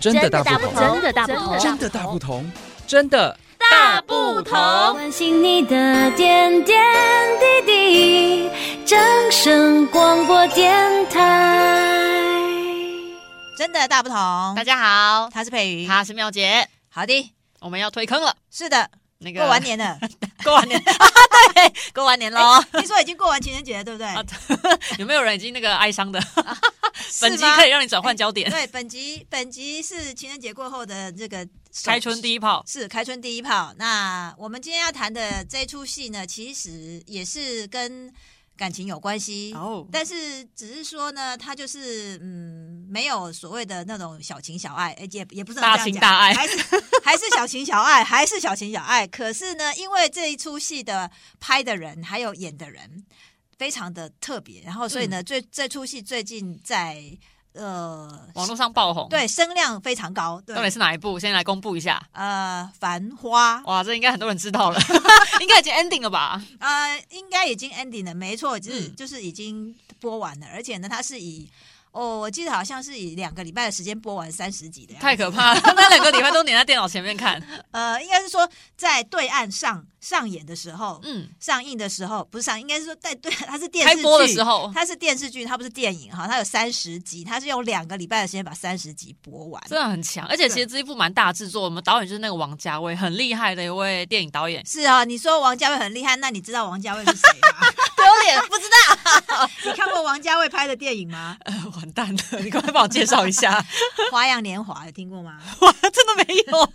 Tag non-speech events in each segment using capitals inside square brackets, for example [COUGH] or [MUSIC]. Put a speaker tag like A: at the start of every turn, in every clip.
A: 真的大不
B: 不
A: 同，
B: 真的大不同，
A: 真的大不同，真的
B: 大不同。
C: 关心你的点点滴滴，掌声广播电台。
D: 真的大不同。
B: 大家好，
D: 他是佩瑜，
B: 她是妙姐，
D: 好的，
B: 我们要退坑了。
D: 是的，
B: 那个
D: 过完，年
B: [LAUGHS]
D: 了，
B: 过完年
D: 过完年喽。
A: 哎
D: 听说已经过完情人节了，对不对？
B: 啊有没有人已经那个哀伤的？
D: 是
B: 本集
D: 吗哎
B: 可以让你转换焦点，
D: 对，本集本集是情人节过后的这个首
B: 开春第一炮。
D: 是开春第一炮。那我们今天要谈的这一出戏呢，其实也是跟感情有关系
B: 哦
D: 但是只是说呢，它就是嗯，没有所谓的那种小情小爱，哎也也不是
B: 大情大
D: [LAUGHS]
B: 爱
D: 还是还是小情小爱， [LAUGHS] 还是小情小爱。可是呢，因为这一出戏的拍的人还有演的人非常的特别，然后所以呢，
B: 嗯
D: 最这出戏最近在呃
B: 网络上爆红，，
D: 对声量非常高，对
B: 到底是哪一部？先来公布一下。
D: 呃《繁花》
B: 哇，这应该很多人
D: [LAUGHS]
B: 知道了，应该已经 ending 了吧？
D: 呃，应该已经 ending 了，没错，就是、
B: 嗯
D: 就是已经播完了，而且呢，它是以哦，我记得好像是以两个礼拜的时间播完三十集的样子
B: 太可怕了！那两个礼拜都黏在电脑前面看，
D: 呃，应该是说在对岸上上演的时候，
B: 嗯，
D: 上映的时候不是上，应该是说在对， [LAUGHS] 它是电视
B: 开
D: 剧
B: 播的时。候，
D: 它是电视剧，它不是电影哈，它有三十集，它是用两个礼拜的时间把三十集播完。。
B: 真的很强，而且其实这一部蛮大制作，我们导演就是那个王家卫，很厉害的一位电影导
D: [LAUGHS]
B: 演
D: 是啊，你说王家卫很厉害，那你知道王家卫是谁
B: [LAUGHS]
D: 吗？
B: 丢脸，不知
D: [LAUGHS] 你看过王家卫拍的电影吗？
B: 道，完蛋了！你赶快帮我介绍
D: [LAUGHS]
B: 一下，
D: 《花样年华》有听过
B: [LAUGHS]
D: 吗？
B: 哇，真的没有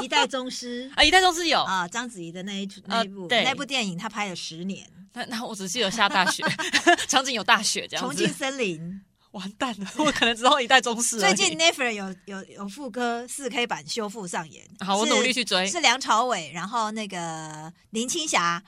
D: 《一代宗师》
B: 啊！一代宗师有，
D: 啊，章子怡的那一出那一部、
B: 呃对
D: 那部电影，她拍了十年，
B: 那那我只记得下大雪， [LAUGHS] 场景有大雪这
D: 《
B: 样
D: 重庆
B: 子。
D: 森林
B: 完蛋了， [LAUGHS] 我可能只道一代宗师》而
D: 最
B: 已。
D: 近 Never 有有有副歌四 K 版修复上演，
B: 好，我
D: 是
B: 努力去追。
D: 是梁朝伟，然后那个林青霞、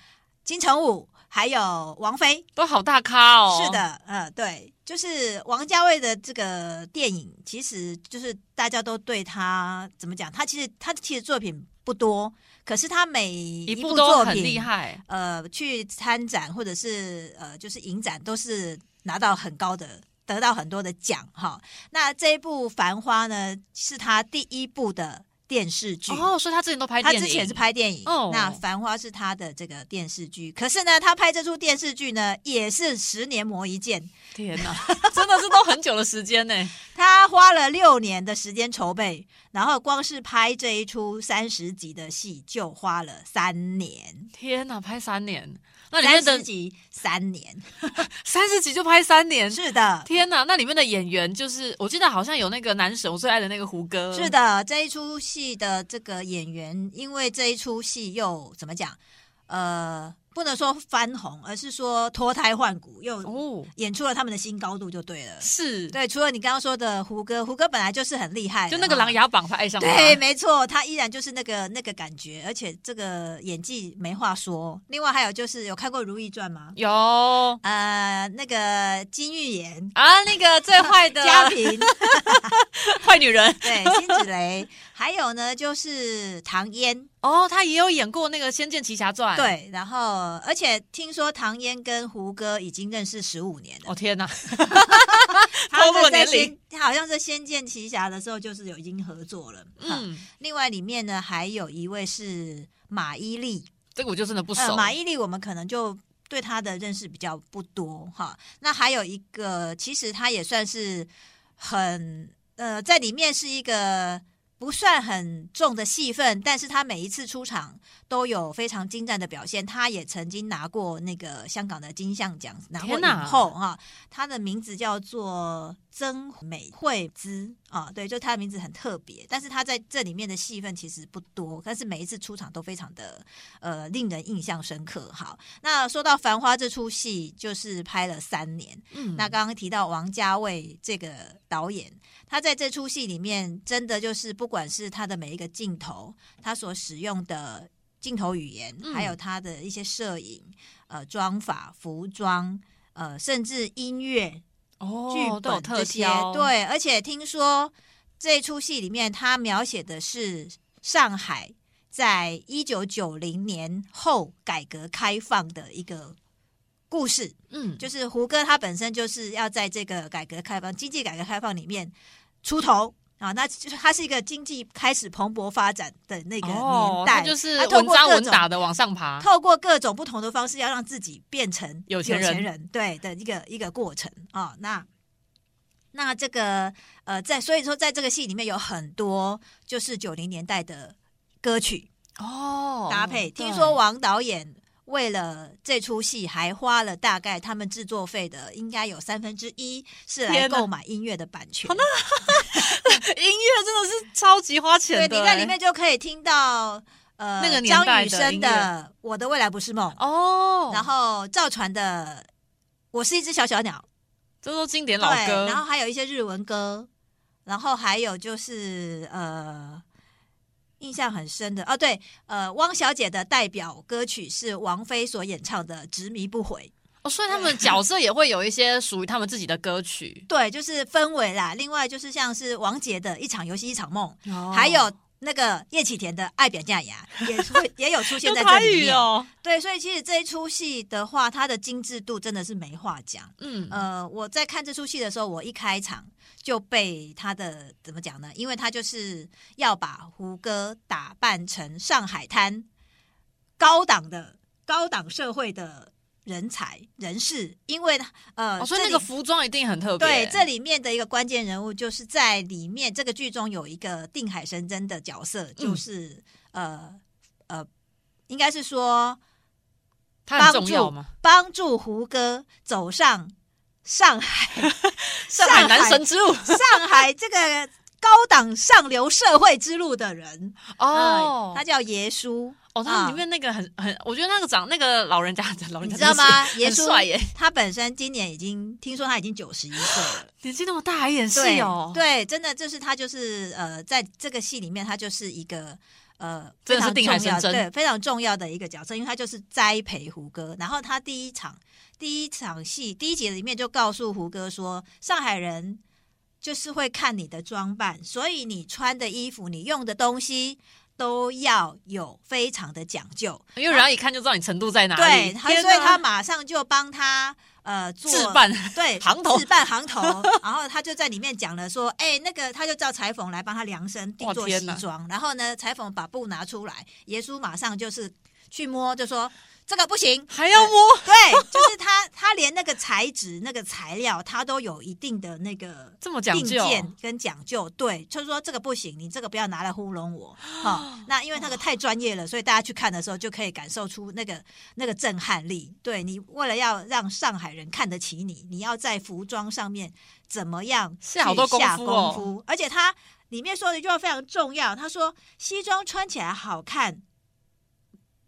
D: 金城武，还有王菲。
B: 都好大咖哦。
D: 是，的，呃，对，就是王家卫的这个电影，其实就是大家都对他怎么讲？他其实他其实作品不多，可是他每一
B: 一
D: 作
B: 部都很
D: 品
B: 厉害。
D: 呃去参展或者是呃就是影展，都是拿到很高的。得到很多的奖哈，那这一部《繁花》呢，是他第一部的电视剧。
B: 哦，所以他之前都拍
D: 他
B: 电影，
D: 之前是拍电影，
B: 哦
D: 那《繁花》是他的这个电视剧。可是呢，他拍这出电视剧呢，也是十年磨一剑，
B: 天哪， [LAUGHS] 真的是都很久的时间呢。
D: 他花了六年的时间筹备，然后光是拍这一出三十集的戏就花了三年，
B: 天哪，拍三年，那里
D: 三
B: 面
D: 十
B: 的
D: 集三年，
B: 三十集就拍三年，
D: 是的，
B: 天哪，那里面的演员就是，我记得好像有那个男神我最爱的那个胡歌，
D: 是，的，这一出戏的这个演员，因为这一出戏又怎么讲？呃，不能说翻红，而是说脱胎换骨，又
B: 哦，
D: 演出了他们的新高度就对了。
B: 是，
D: 对，除了你刚刚说的胡歌，胡歌本来就是很厉害的，
B: 就那个《
D: 哈。
B: 琅琊榜》才爱上他，
D: 对，没错，他依然就是那个那个感觉，而且这个演技没话说。另外还有就是，有看过《如懿传》吗？
B: 有
D: 呃，那个金玉妍、
B: 啊，那个最坏 [LAUGHS] 的
D: 嘉平，
B: 坏
D: [LAUGHS]
B: 女人
D: 对，辛芷蕾，还有呢就是唐嫣，
B: 哦，她也有演过那个《仙剑奇侠传》，，
D: 对，然后而且听说唐嫣跟胡歌已经认识十五年
B: 哦
D: 了，
B: 天哪，
D: 他
B: 透露
D: 们在
B: 年龄
D: 仙，他好像是《仙剑奇侠》的时候就是有已经合作了。嗯，
B: 嗯，
D: 另外里面呢还有一位是马伊琍，
B: 这个我就真的不
D: 呃，
B: 熟，
D: 马伊琍我们可能就对她的认识比较不多哈。那还有一个，其实她也算是很呃，在里面是一个不算很重的戏份，但是她每一次出场都有非常精湛的表现。她也曾经拿过那个香港的金像奖，拿过
B: 天哪
D: 影后哈。她的名字叫做曾美惠姿啊，对，就她的名字很特别，但是她在这里面的戏份其实不多，但是每一次出场都非常的呃令人印象深刻。好，那说到《繁花》这出戏，就是拍了三年。
B: 嗯
D: 那刚刚提到王家卫这个导演，他在这出戏里面真的就是不管是他的每一个镜头，他所使用的镜头语言，
B: 嗯
D: 还有他的一些摄影、呃妆法、服装。呃，甚至音乐、剧
B: 哦，都有
D: 本
B: 特
D: 这些，
B: 效，，
D: 对，而且听说这出戏里面，他描写的是上海在一九九零年后改革开放的一个故事。
B: 嗯，
D: 就是胡歌他本身就是要在这个改革开放、经济改革开放里面出头。啊，那就是它是一个经济开始蓬勃发展的那个
B: 哦
D: 年，代，
B: 他就是
D: 它透
B: 稳
D: 过
B: 扎
D: 各
B: 稳
D: 种
B: 打的往上爬。
D: 透过各种不同的方式，要让自己变成
B: 有钱人
D: 对的一个一个过程啊、那那这个呃，在所以说，在这个戏里面有很多就是九零年代的歌曲
B: 哦
D: 搭配。听说王导演为了这出戏，还花了大概他们制作费的应该有三分之一是来
B: 天哪
D: 购买音乐的版权。
B: 音乐真的是超级花钱
D: 对，
B: 的，欸哎
D: 你在里面就可以听到呃
B: 那个年
D: 张
B: 代
D: 雨
B: 的
D: 生
B: 音
D: 的《我的未来不是梦》。
B: 哦，
D: 然后赵传的《我是一只小小鸟
B: 这都经典》老
D: 对，
B: 歌，
D: 然后还有一些日文歌，然后还有就是呃，印象很深的哦，对，呃，汪小姐的代表歌曲是王菲所演唱的《执迷不悔
B: 哦，所以他们的角色也会有一些属于他们自己的歌曲》，，
D: 对，就是氛围啦。另外就是像是王杰的《一场游戏一场梦》，
B: 哦
D: 还有。那个叶启田的《爱表假牙》也会也有出现
B: 用
D: 在这
B: 台
D: 里
B: 语
D: 面，
B: 哦，
D: [LAUGHS] 对，所以其实这一出戏的话，它的精致度真的是没话讲。
B: 嗯，
D: 呃，我在看这出戏的时候，我一开场就被他的怎么讲呢？因为他就是要把胡歌打扮成上海滩高档的高档社会的人才人士，因为呃，
B: 哦，所以
D: 这
B: 那
D: 里
B: 个服装一定很特别，
D: 对这里面的一个关键人物，就是在里面这个剧中有一个定海神针的角色，
B: 嗯
D: 就是、呃呃，应该是说
B: 它很
D: 帮
B: 重
D: 助
B: 要吗？
D: 帮助胡歌走上上
B: [LAUGHS]
D: 海
B: 上海男神之路
D: 上海这个高档上流社会之路的人
B: 哦
D: [LAUGHS] 嗯，他叫耶稣，
B: 哦，他里面那个很很，我觉得那个长那个老人家， [LAUGHS] 老人
D: 你
B: 家
D: 知道吗？耶
B: 很帅耶
D: 稣，他本身今年已经听说他已经九十一岁了，
B: 年纪那么大还演戏
D: 对
B: 哦，，
D: 对，真的就是他就是呃，在这个戏里面，他就是一个。呃，非
B: 真的是
D: 常重
B: 定海神
D: 要
B: 针
D: 对非常重要的一个角色，因为他就是栽培胡歌。然后他第一场第一场戏第一集里面就告诉胡歌说，上海人就是会看你的装扮，所以你穿的衣服、你用的东西都要有非常的讲究。
B: 因为人家一看就知道你程度在哪
D: 对，
B: 里，
D: 他
B: 天
D: 所以
B: 哪
D: 他马上就帮他呃做
B: 置办
D: 对，
B: 行头
D: 自办行头， [LAUGHS] 然后他就在里面讲了说，哎、那个他就叫裁缝来帮他量身定
B: 哇
D: 做
B: 天
D: 西
B: 哪
D: 装，然后呢，裁缝把布拿出来，耶稣马上就是去摸，就说这个不行，
B: 还要摸，
D: 对，就是他他连那个材质、那个材料，他都有一定的那个
B: 这么讲
D: 定
B: 究，
D: 见跟讲究，对，就是说这个不行，你这个不要拿来糊弄
B: [GASPS]
D: 我。哈、那因为那个太专业了，所以大家去看的时候就可以感受出那个那个震撼力。对你为了要让上海人看得起你，你要在服装上面怎么样去
B: 下好多功夫
D: 下
B: 哦
D: 夫而且他里面说的一句话非常重要，他说西装穿起来好看。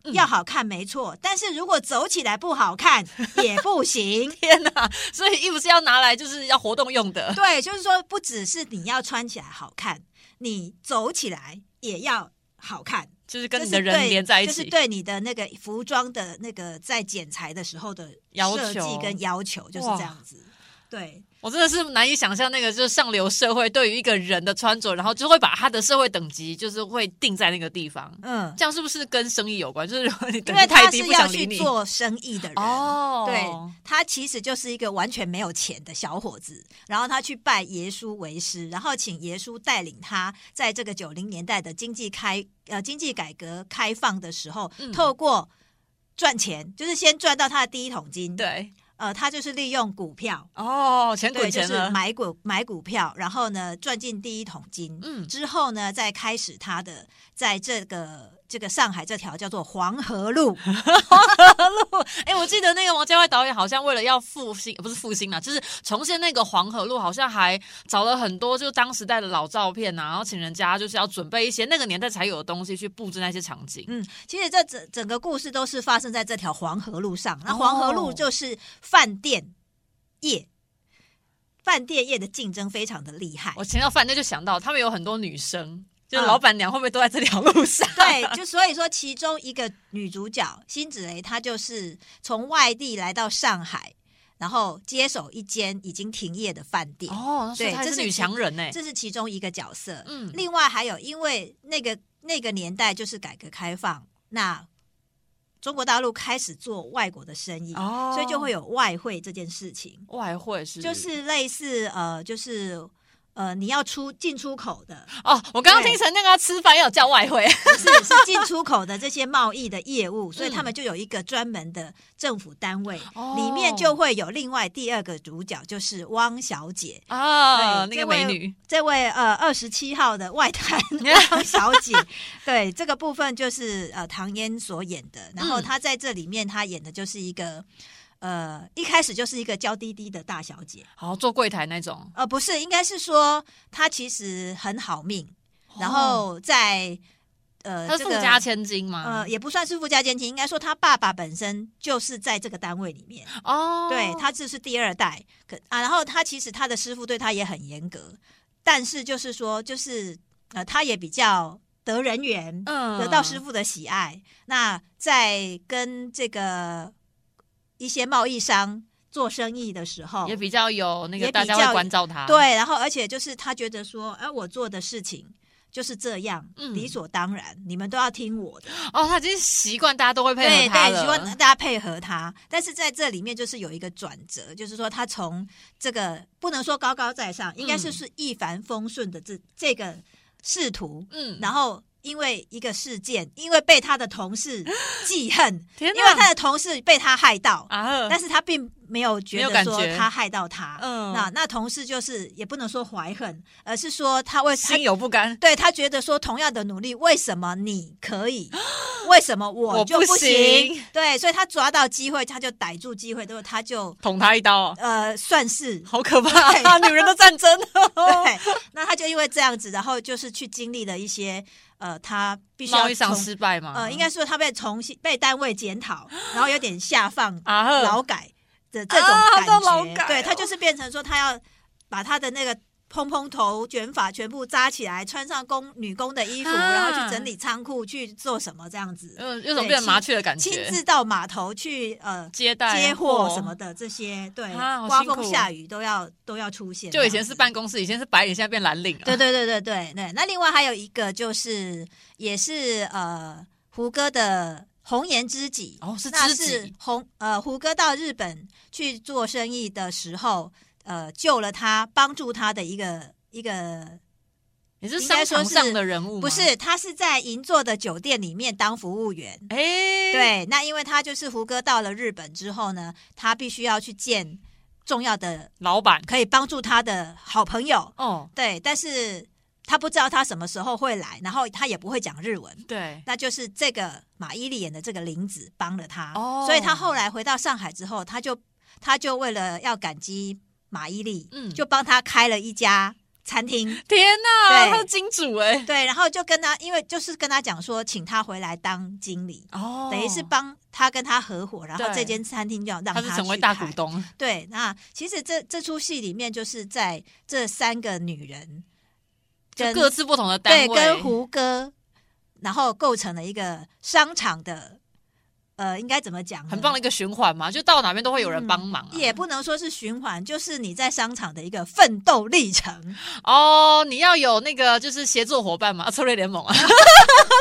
B: 嗯
D: 要好看没错，但是如果走起来不好
B: [LAUGHS]
D: 看也不行。
B: 天哪！所以衣服是要拿来就是要活动用
D: [LAUGHS]
B: 的，
D: 对，就是说不只是你要穿起来好看，你走起来也要好看，
B: 就是跟
D: 这
B: 你
D: 是
B: 的人
D: 对
B: 连在一
D: 就是
B: 起。
D: 对你的那个服装的那个在剪裁的时候的
B: 要
D: 设计
B: 求
D: 跟要求就是
B: 哇
D: 这样子。对，
B: 我真的是难以想象那个就是上流社会对于一个人的穿着，然后就会把他的社会等级就是会定在那个地方。
D: 嗯，
B: 这样是不是跟生意有关？就是如果你
D: 因
B: 等
D: 为
B: 级太
D: 他
B: 低，
D: 是
B: 不
D: 要
B: 想
D: 去
B: 理你。
D: 做生意的人。
B: 哦，
D: 对他其实就是一个完全没有钱的小伙子，然后他去拜耶稣为师，然后请耶稣带领他在这个九零年代的经济开呃经济改革开放的时候，
B: 嗯
D: 透过赚钱，就是先赚到他的第一桶金，，
B: 对，
D: 呃，他就是利用股票，
B: 哦，钱
D: 对，
B: 滚
D: 就
B: 钱
D: 是
B: 了，
D: 买股买股票，然后呢赚进第一桶金，
B: 嗯
D: 之后呢再开始他的在这个这个上海这条叫做黄河路，
B: 哎、我记得那个王家卫导演好像为了要复兴，不是复兴啦，就是重现那个黄河路，好像还找了很多就当时代的老照片啊，然后请人家就是要准备一些那个年代才有的东西去布置那些场景。
D: 嗯，其实这整整个故事都是发生在这条黄河路上。那
B: 哦
D: 黄河路就是饭店业，饭店业的竞争非常的厉害
B: 我。前到饭店就想到，他们有很多女生，就是
D: 嗯
B: 老板娘会不会都在这条路上？
D: 对，就所以说，其中一个女主角辛芷蕾，她就是从外地来到上海，然后接手一间已经停业的饭店。
B: 哦，那所
D: 嗯
B: 以
D: 对
B: 她还
D: 这
B: 是
D: 是
B: 女
D: 其
B: 强人呢、
D: 这是其中一个角色。
B: 嗯
D: 另外还有，因为那个那个年代就是改革开放，那中国大陆开始做外国的生意，
B: 哦
D: 所以就会有外汇这件事情，
B: 外汇是
D: 就是类似呃，就是呃，你要出进出口
B: [LAUGHS]
D: 的，
B: 哦，我刚刚听成那个吃饭要有叫外汇，
D: 不是是进出口的这些贸易的业务，所以他们就有一个专门的政府单位，
B: 嗯哦
D: 里面就会有另外第二个主角，就是汪小姐。
B: 啊，那
D: 对
B: 个
D: 这位
B: 美女，
D: 这位呃二十七号的外
B: [LAUGHS]
D: 滩汪小姐，对这个部分就是呃唐嫣所演的，然后
B: 嗯
D: 她在这里面她演的就是一个呃一开始就是一个娇滴滴的大小姐，
B: 好做柜台那种，
D: 呃不是，应该是说她其实很好命，然后在呃
B: 哦她是
D: 这
B: 富
D: 个
B: 家千金吗
D: 呃，？也不算是富家千金，应该说他爸爸本身就是在这个单位里面，
B: 哦，
D: 对他这是第二代。可啊，然后他其实他的师傅对他也很严格，但是就是说，就是呃，他也比较得人缘，
B: 嗯
D: 得到师傅的喜爱。那在跟这个一些贸易商做生意的时候，
B: 也比较有那
D: 也
B: 个
D: 比
B: 大家
D: 较
B: 会关照她，，
D: 对，然后而且就是他觉得说，哎、我做的事情。就是这样，
B: 嗯
D: 理所当然，你们都要听我的。
B: 哦，她已经习惯大家都会配
D: 对
B: 合她
D: 对，希望
B: 了，
D: 大家配合他。但是在这里面就是有一个转折，就是说他从这个不能说高高在上，应该是
B: 嗯
D: 是一帆风顺的这这个仕途，
B: 嗯，
D: 然后。因为一个事件，因为被他的同事记恨，因
B: 天哪
D: 为他的同事被他害到，
B: [LAUGHS] 啊，
D: 但是他并没有觉
B: 没有
D: 得
B: 感
D: 说
B: 觉
D: 他害到他。
B: 嗯
D: 那那同事就是也不能说怀恨，而是说他为他
B: 心有不甘，
D: 对他觉得说，同样的努力，为什么你可
B: [GASPS]
D: 以，为什么我就
B: 我不
D: 行
B: 行？
D: 对，所以他抓到机会，他就逮住机会，对吧，他就
B: 捅她一刀，
D: 呃算是
B: [LAUGHS] 好可怕啊， [LAUGHS] 女人的战争，
D: 对。那他就因为这样子，然后就是去经历了一些呃，他 [LAUGHS] 必须要
B: 贸易上
D: 从
B: 失败嘛，
D: 呃，应该说他被重新被单位检讨，然后有点下放
B: 啊呵
D: 劳改的这种
B: 啊
D: 感
B: 到
D: 觉，
B: 劳改
D: 对
B: 哦
D: 他就是变成说他要把他的那个。蓬蓬头卷发全部扎起来，穿上工女工的衣服，
B: 啊
D: 然后去整理仓库，去做什么这样子，
B: 有有种
D: 对
B: 变
D: 亲
B: 麻雀的感
D: 亲
B: 觉，
D: 自到码头去呃
B: 接待
D: 接货什么的，这些对，
B: 啊好
D: 刮
B: 辛
D: 风
B: 苦
D: 下雨都要都要出现这
B: 就
D: 样子。
B: 以前是办公室，以前是白领，现在变蓝领了。
D: 对对对对对对。那另外还有一个就是，也是呃胡歌的红颜知己，
B: 哦是
D: 那
B: 知
D: 是
B: 己
D: 红呃胡歌到日本去做生意的时候，呃救了他，帮助他的一个一个。
B: 你是
D: 应
B: 商
D: 该说
B: 场
D: 是
B: 上的人物吗
D: 不，是，他是在银座的酒店里面当服务员。
B: 哎，，
D: 对，那因为他就是胡歌到了日本之后呢，他必须要去见重要的
B: 老板
D: 可以帮助他的好朋友，
B: 哦，
D: 对，但是他不知道他什么时候会来，然后他也不会讲日文。
B: 对，
D: 那就是这个马伊琍演的这个林子帮了他，
B: 哦
D: 所以他后来回到上海之后，他就他就为了要感激马伊琍，
B: 嗯
D: 就帮他开了一家餐
B: [LAUGHS]
D: 厅，
B: 天哪，
D: 对
B: 他是金主哎，
D: 对，然后就跟他，因为就是跟他讲说，请他回来当经理，
B: 哦
D: 等于是帮他跟他合伙，然后
B: 对
D: 这间餐厅就要让
B: 他是成为
D: 去
B: 大
D: 开
B: 股东，
D: 对，那其实这这出戏里面，就是在这三个女人
B: 就
D: 跟
B: 各自不同的单
D: 对
B: 位，
D: 跟胡歌，然后构成了一个商场的，呃，应该怎么讲？
B: 很棒的，一个循环嘛，就到哪边都会有人帮忙啊。
D: 嗯也不能说是循环，就是你在商场的一个奋斗历
B: [LAUGHS]
D: 程。
B: 哦，你要有那个就是协作伙伴嘛，啊策略联盟啊， [LAUGHS]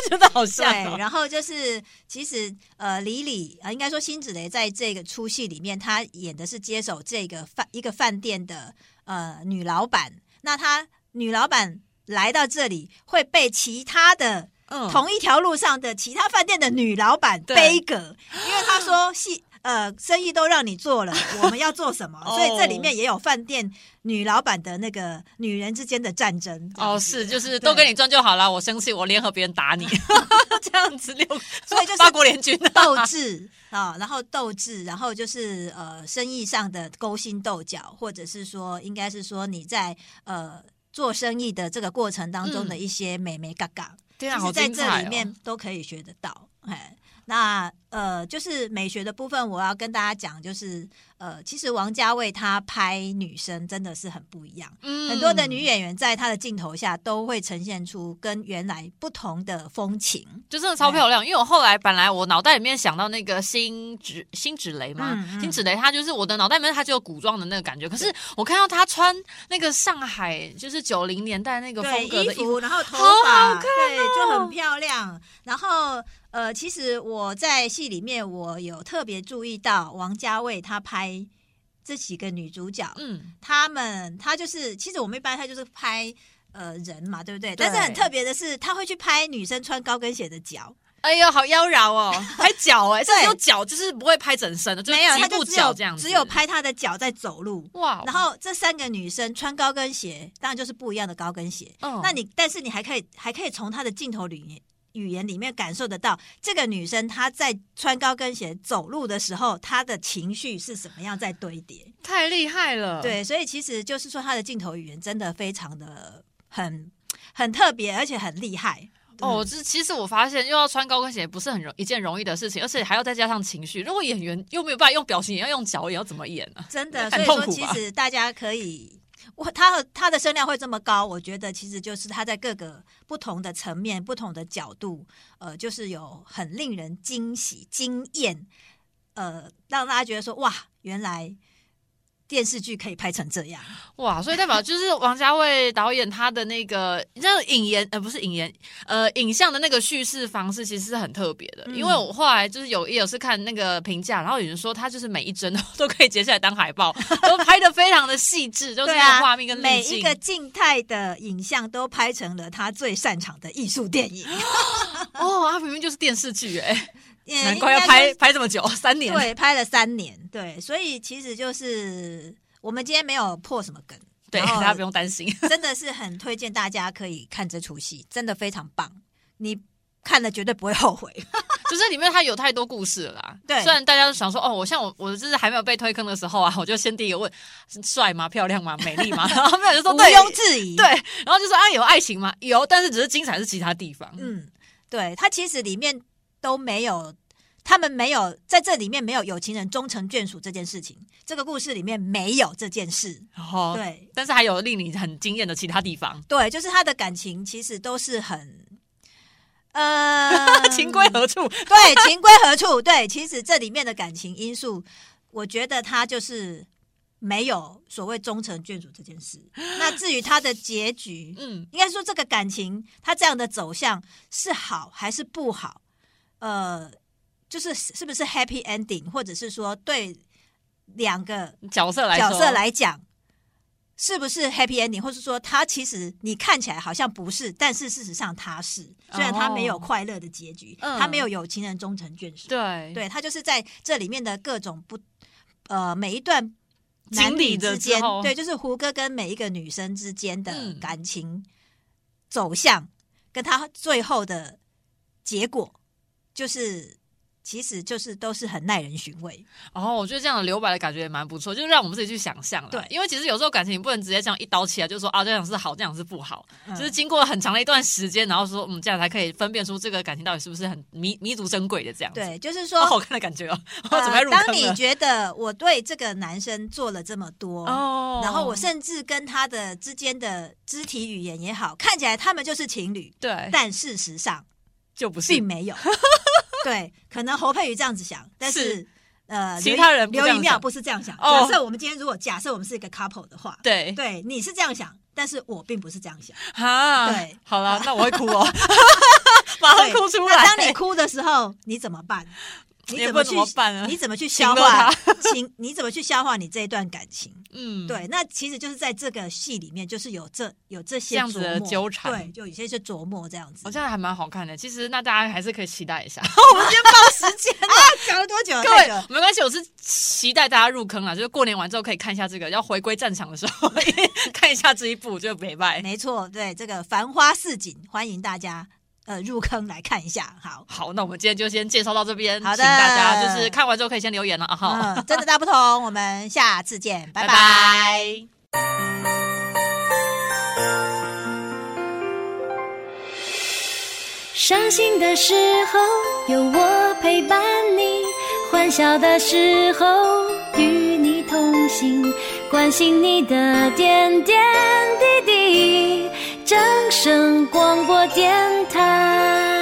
B: 觉得好
D: 对
B: 像哦，
D: 然后就是其实呃，李李呃，应该说辛芷蕾在这个出戏里面，她演的是接手这个饭一个饭店的呃女老板。那她女老板来到这里，会被其他的
B: 嗯
D: 同一条路上的其他饭店的女老板
B: 对
D: 背梗，因为她说戏呃生意都让你做
B: [LAUGHS]
D: 了，我们要做什么？
B: 哦
D: 所以这里面也有饭店女老板的那个女人之间的战争。
B: 哦，是，就是都
D: 对
B: 给你赚就好了。我生气，我联合别人打你， [LAUGHS] 这样子六，
D: 所以就是
B: 八国联军
D: [LAUGHS] 斗志啊，然后斗志，然后就是呃生意上的勾心斗角，或者是说，应该是说你在呃做生意的这个过程当
B: 嗯
D: 中的一些美眉嘎嘎，
B: 天
D: 其
B: 啊，
D: 实
B: 好
D: 在
B: 精
D: 这
B: 彩
D: 里
B: 哦！
D: 面都可以学得到。哎，那呃就是美学的部分，我要跟大家讲，就是呃其实王家卫他拍女生真的是很不一样。
B: 嗯
D: 很多的女演员在她的镜头下都会呈现出跟原来不同的风情。
B: 就真的超漂亮，因为我后来本来我脑袋里面想到那个辛芷辛芷蕾嘛
D: 嗯，嗯
B: 辛芷蕾她就是我的脑袋里面她只有古装的那个感觉，可是我看到她穿那个上海就是九零年代那个
D: 对
B: 风格的
D: 衣
B: 衣服，
D: 服，然后头
B: 好好
D: 发，
B: 看
D: 对，就很漂亮。然后呃，其实我在戏里面我有特别注意到王家卫他拍这几个女主角，
B: 嗯，
D: 她们她就是，其实我们一般她就是拍呃人嘛，对不对？
B: 对
D: 但是很特别的是，她会去拍女生穿高跟鞋的脚，
B: 哎呦，好妖娆哦， [LAUGHS] 拍脚哎，
D: 对
B: 这有脚就是不会拍整身的，就是
D: 没有，
B: 局
D: 她就
B: 部
D: 啊只
B: 脚
D: 有
B: 这样子，
D: 只有拍她的脚在走路。
B: 哇，
D: 然后这三个女生穿高跟鞋，当然就是不一样的高跟鞋。
B: 嗯
D: 那你，但是你还可以，还可以从她的镜头语言语言里面感受得到，这个女生她在穿高跟鞋走路的时候，她的情绪是什么样在堆叠。
B: 太厉害了，，
D: 对，所以其实就是说，她的镜头语言真的非常的很很特别，而且很厉害。
B: 哦，这其实我发现又要穿高跟鞋不是很容一件容易的事情，而且还要再加上情绪。如果演员又没有办法用表情，也要用脚，也要怎么演呢、
D: 嗯真的，所
B: 很
D: 以
B: 痛
D: 说
B: 苦
D: 其
B: 吧
D: 实大家可以，我他和他的声量会这么高，我觉得其实就是他在各个不同的层面、不同的角度，呃，就是有很令人惊喜、惊艳，呃，让大家觉得说哇，原来电视剧可以拍成这样。
B: 哇，所以代表就是王家卫导演他的那个那个引言呃不是引言呃影像的那个叙事方式其实是很特别的，
D: 嗯
B: 因为我后来就是有也有是看那个评价，然后有人说他就是每一帧 [LAUGHS] 都可以截下来当海报，都拍的非常的细
D: [LAUGHS]
B: 致，就是
D: 对
B: 那
D: 啊，
B: 个画面跟
D: 每
B: 滤
D: 一
B: 镜。
D: 个静态的影像都拍成了他最擅长的艺术电
B: [LAUGHS]
D: 影，
B: 哦，他明明就是电视剧哎、
D: [LAUGHS] 嗯
B: 难怪要
D: 应该说
B: 拍拍这么久，三年。
D: 对，拍了三年，对，所以其实就是我们今天没有破什么梗，
B: 对，
D: 然后
B: 大家不用担心。
D: 真的是很推荐大家可以看这出戏，真的非常棒，你看了绝对不会后
B: [LAUGHS]
D: 悔。
B: 就是里面它有太多故事了啦。
D: 对
B: 虽然大家都想说，哦，我像我我就是还没有被推坑的时候啊，我就先第一个问，帅吗？漂亮吗？美丽吗？ [LAUGHS] 然后没有人说
D: 毋
B: 对
D: 庸置疑，
B: 对，，然后就说啊，有爱情吗？有，但是只是精彩是其他地方。嗯，
D: 嗯，对，它其实里面都没有。他们没有在这里面没有有情人终成眷属这件事情，这个故事里面没有这件事。
B: 然后
D: 对
B: 但是还有令你很惊艳的其他地方，，
D: 对，就是他的感情其实都是很，呃
B: [LAUGHS]
D: 嗯
B: 情归何
D: [LAUGHS]
B: 处？
D: 对，情归何处？对，其实这里面的感情因素，我觉得他就是没有所谓终成眷属这件事。那至于他的结局，
B: 嗯，
D: 应该说这个感情它这样的走向是好还是不好？呃，就是是不是 happy ending，或者是说对两个
B: 角色来说，
D: 角色来讲。是不是 happy ending，或是说他其实你看起来好像不是，但是事实上他是，虽然他没有
B: 哦
D: 快乐的结局，
B: 嗯
D: 他没有有情人终成眷属，
B: 对
D: 对他就是在这里面的各种不呃每一段男
B: 经历
D: 女
B: 的
D: 之
B: 之
D: 间
B: 后，
D: 对，就是胡歌跟每一个女生之间的
B: 嗯
D: 感情走向，跟他最后的结果，就是其实就是都是很耐人寻味。
B: 哦，我觉得这样的留白的感觉也蛮不错，就让我们自己去想象了。
D: 对
B: 因为其实有时候感情你不能直接这样一刀切来，就说啊这样是好，这样是不好，
D: 嗯
B: 就是经过很长的一段时间，然后说嗯这样才可以分辨出这个感情到底是不是很弥弥足珍贵的这样子。哦
D: 对，就是说，
B: 好好看的感觉 [LAUGHS] 哦，我准备
D: 呃
B: 入
D: 当
B: 坑
D: 你
B: 了。
D: 觉得我对这个男生做了这么多，
B: 哦
D: 然后我甚至跟他的之间的肢体语言也好，看起来他们就是情侣，
B: 对，
D: 但事实上。
B: 就不哎是
D: 并没
B: [LAUGHS]
D: 有。对，可能侯佩瑜这样子想，但是
B: 是
D: 呃，
B: 其
D: 刘
B: 他
D: 一
B: 人不
D: 刘
B: 这
D: 一
B: 样
D: 妙
B: 想
D: 不是这样想。
B: 哦
D: 假设我们今天如果假设我们是一个 couple 的话，
B: 对
D: 对，你是这样想，但是我并不是这样
B: [LAUGHS]
D: 想。
B: 哈。
D: 对
B: 好了，那我会哭
D: [LAUGHS]
B: 哦，马上
D: 对
B: 哭出来。
D: 那当你哭的时候，你怎么办？你
B: [LAUGHS] 也
D: 怎
B: 不
D: 么
B: 知道
D: 去
B: 怎么办啊
D: 你怎么去
B: 请
D: 消
B: 了
D: 化情？你怎么去消化你这一段感情？
B: 嗯，
D: 对，那其实就是在这个戏里面，就是有这有这些
B: 这样子的
D: 琢磨
B: 纠缠
D: 对，就有些是琢磨这样子。
B: 我这样还蛮好看的。其实那大家还是可以期待一下，
D: 哦时间啊， [LAUGHS] 讲了多久了？
B: [LAUGHS] 各
D: 太
B: 位
D: 久了
B: 没关系，我是期待大家入坑啦，就是过年完之后可以看一下这个，要回归战场的时候 [LAUGHS] 看一下这一部，就没败。
D: 没错，对这个《繁花似锦》，欢迎大家呃入坑来看一下。好，
B: 好，那我们今天就先介绍到这边，
D: 好的
B: 请大家就是看完之后可以先留言了啊哈。
D: 嗯，真的大不同，我们下次见，拜拜。
B: 拜
C: 伤心的时候有我陪伴你，欢笑的时候与你同行，关心你的点点滴滴。掌声广播电台。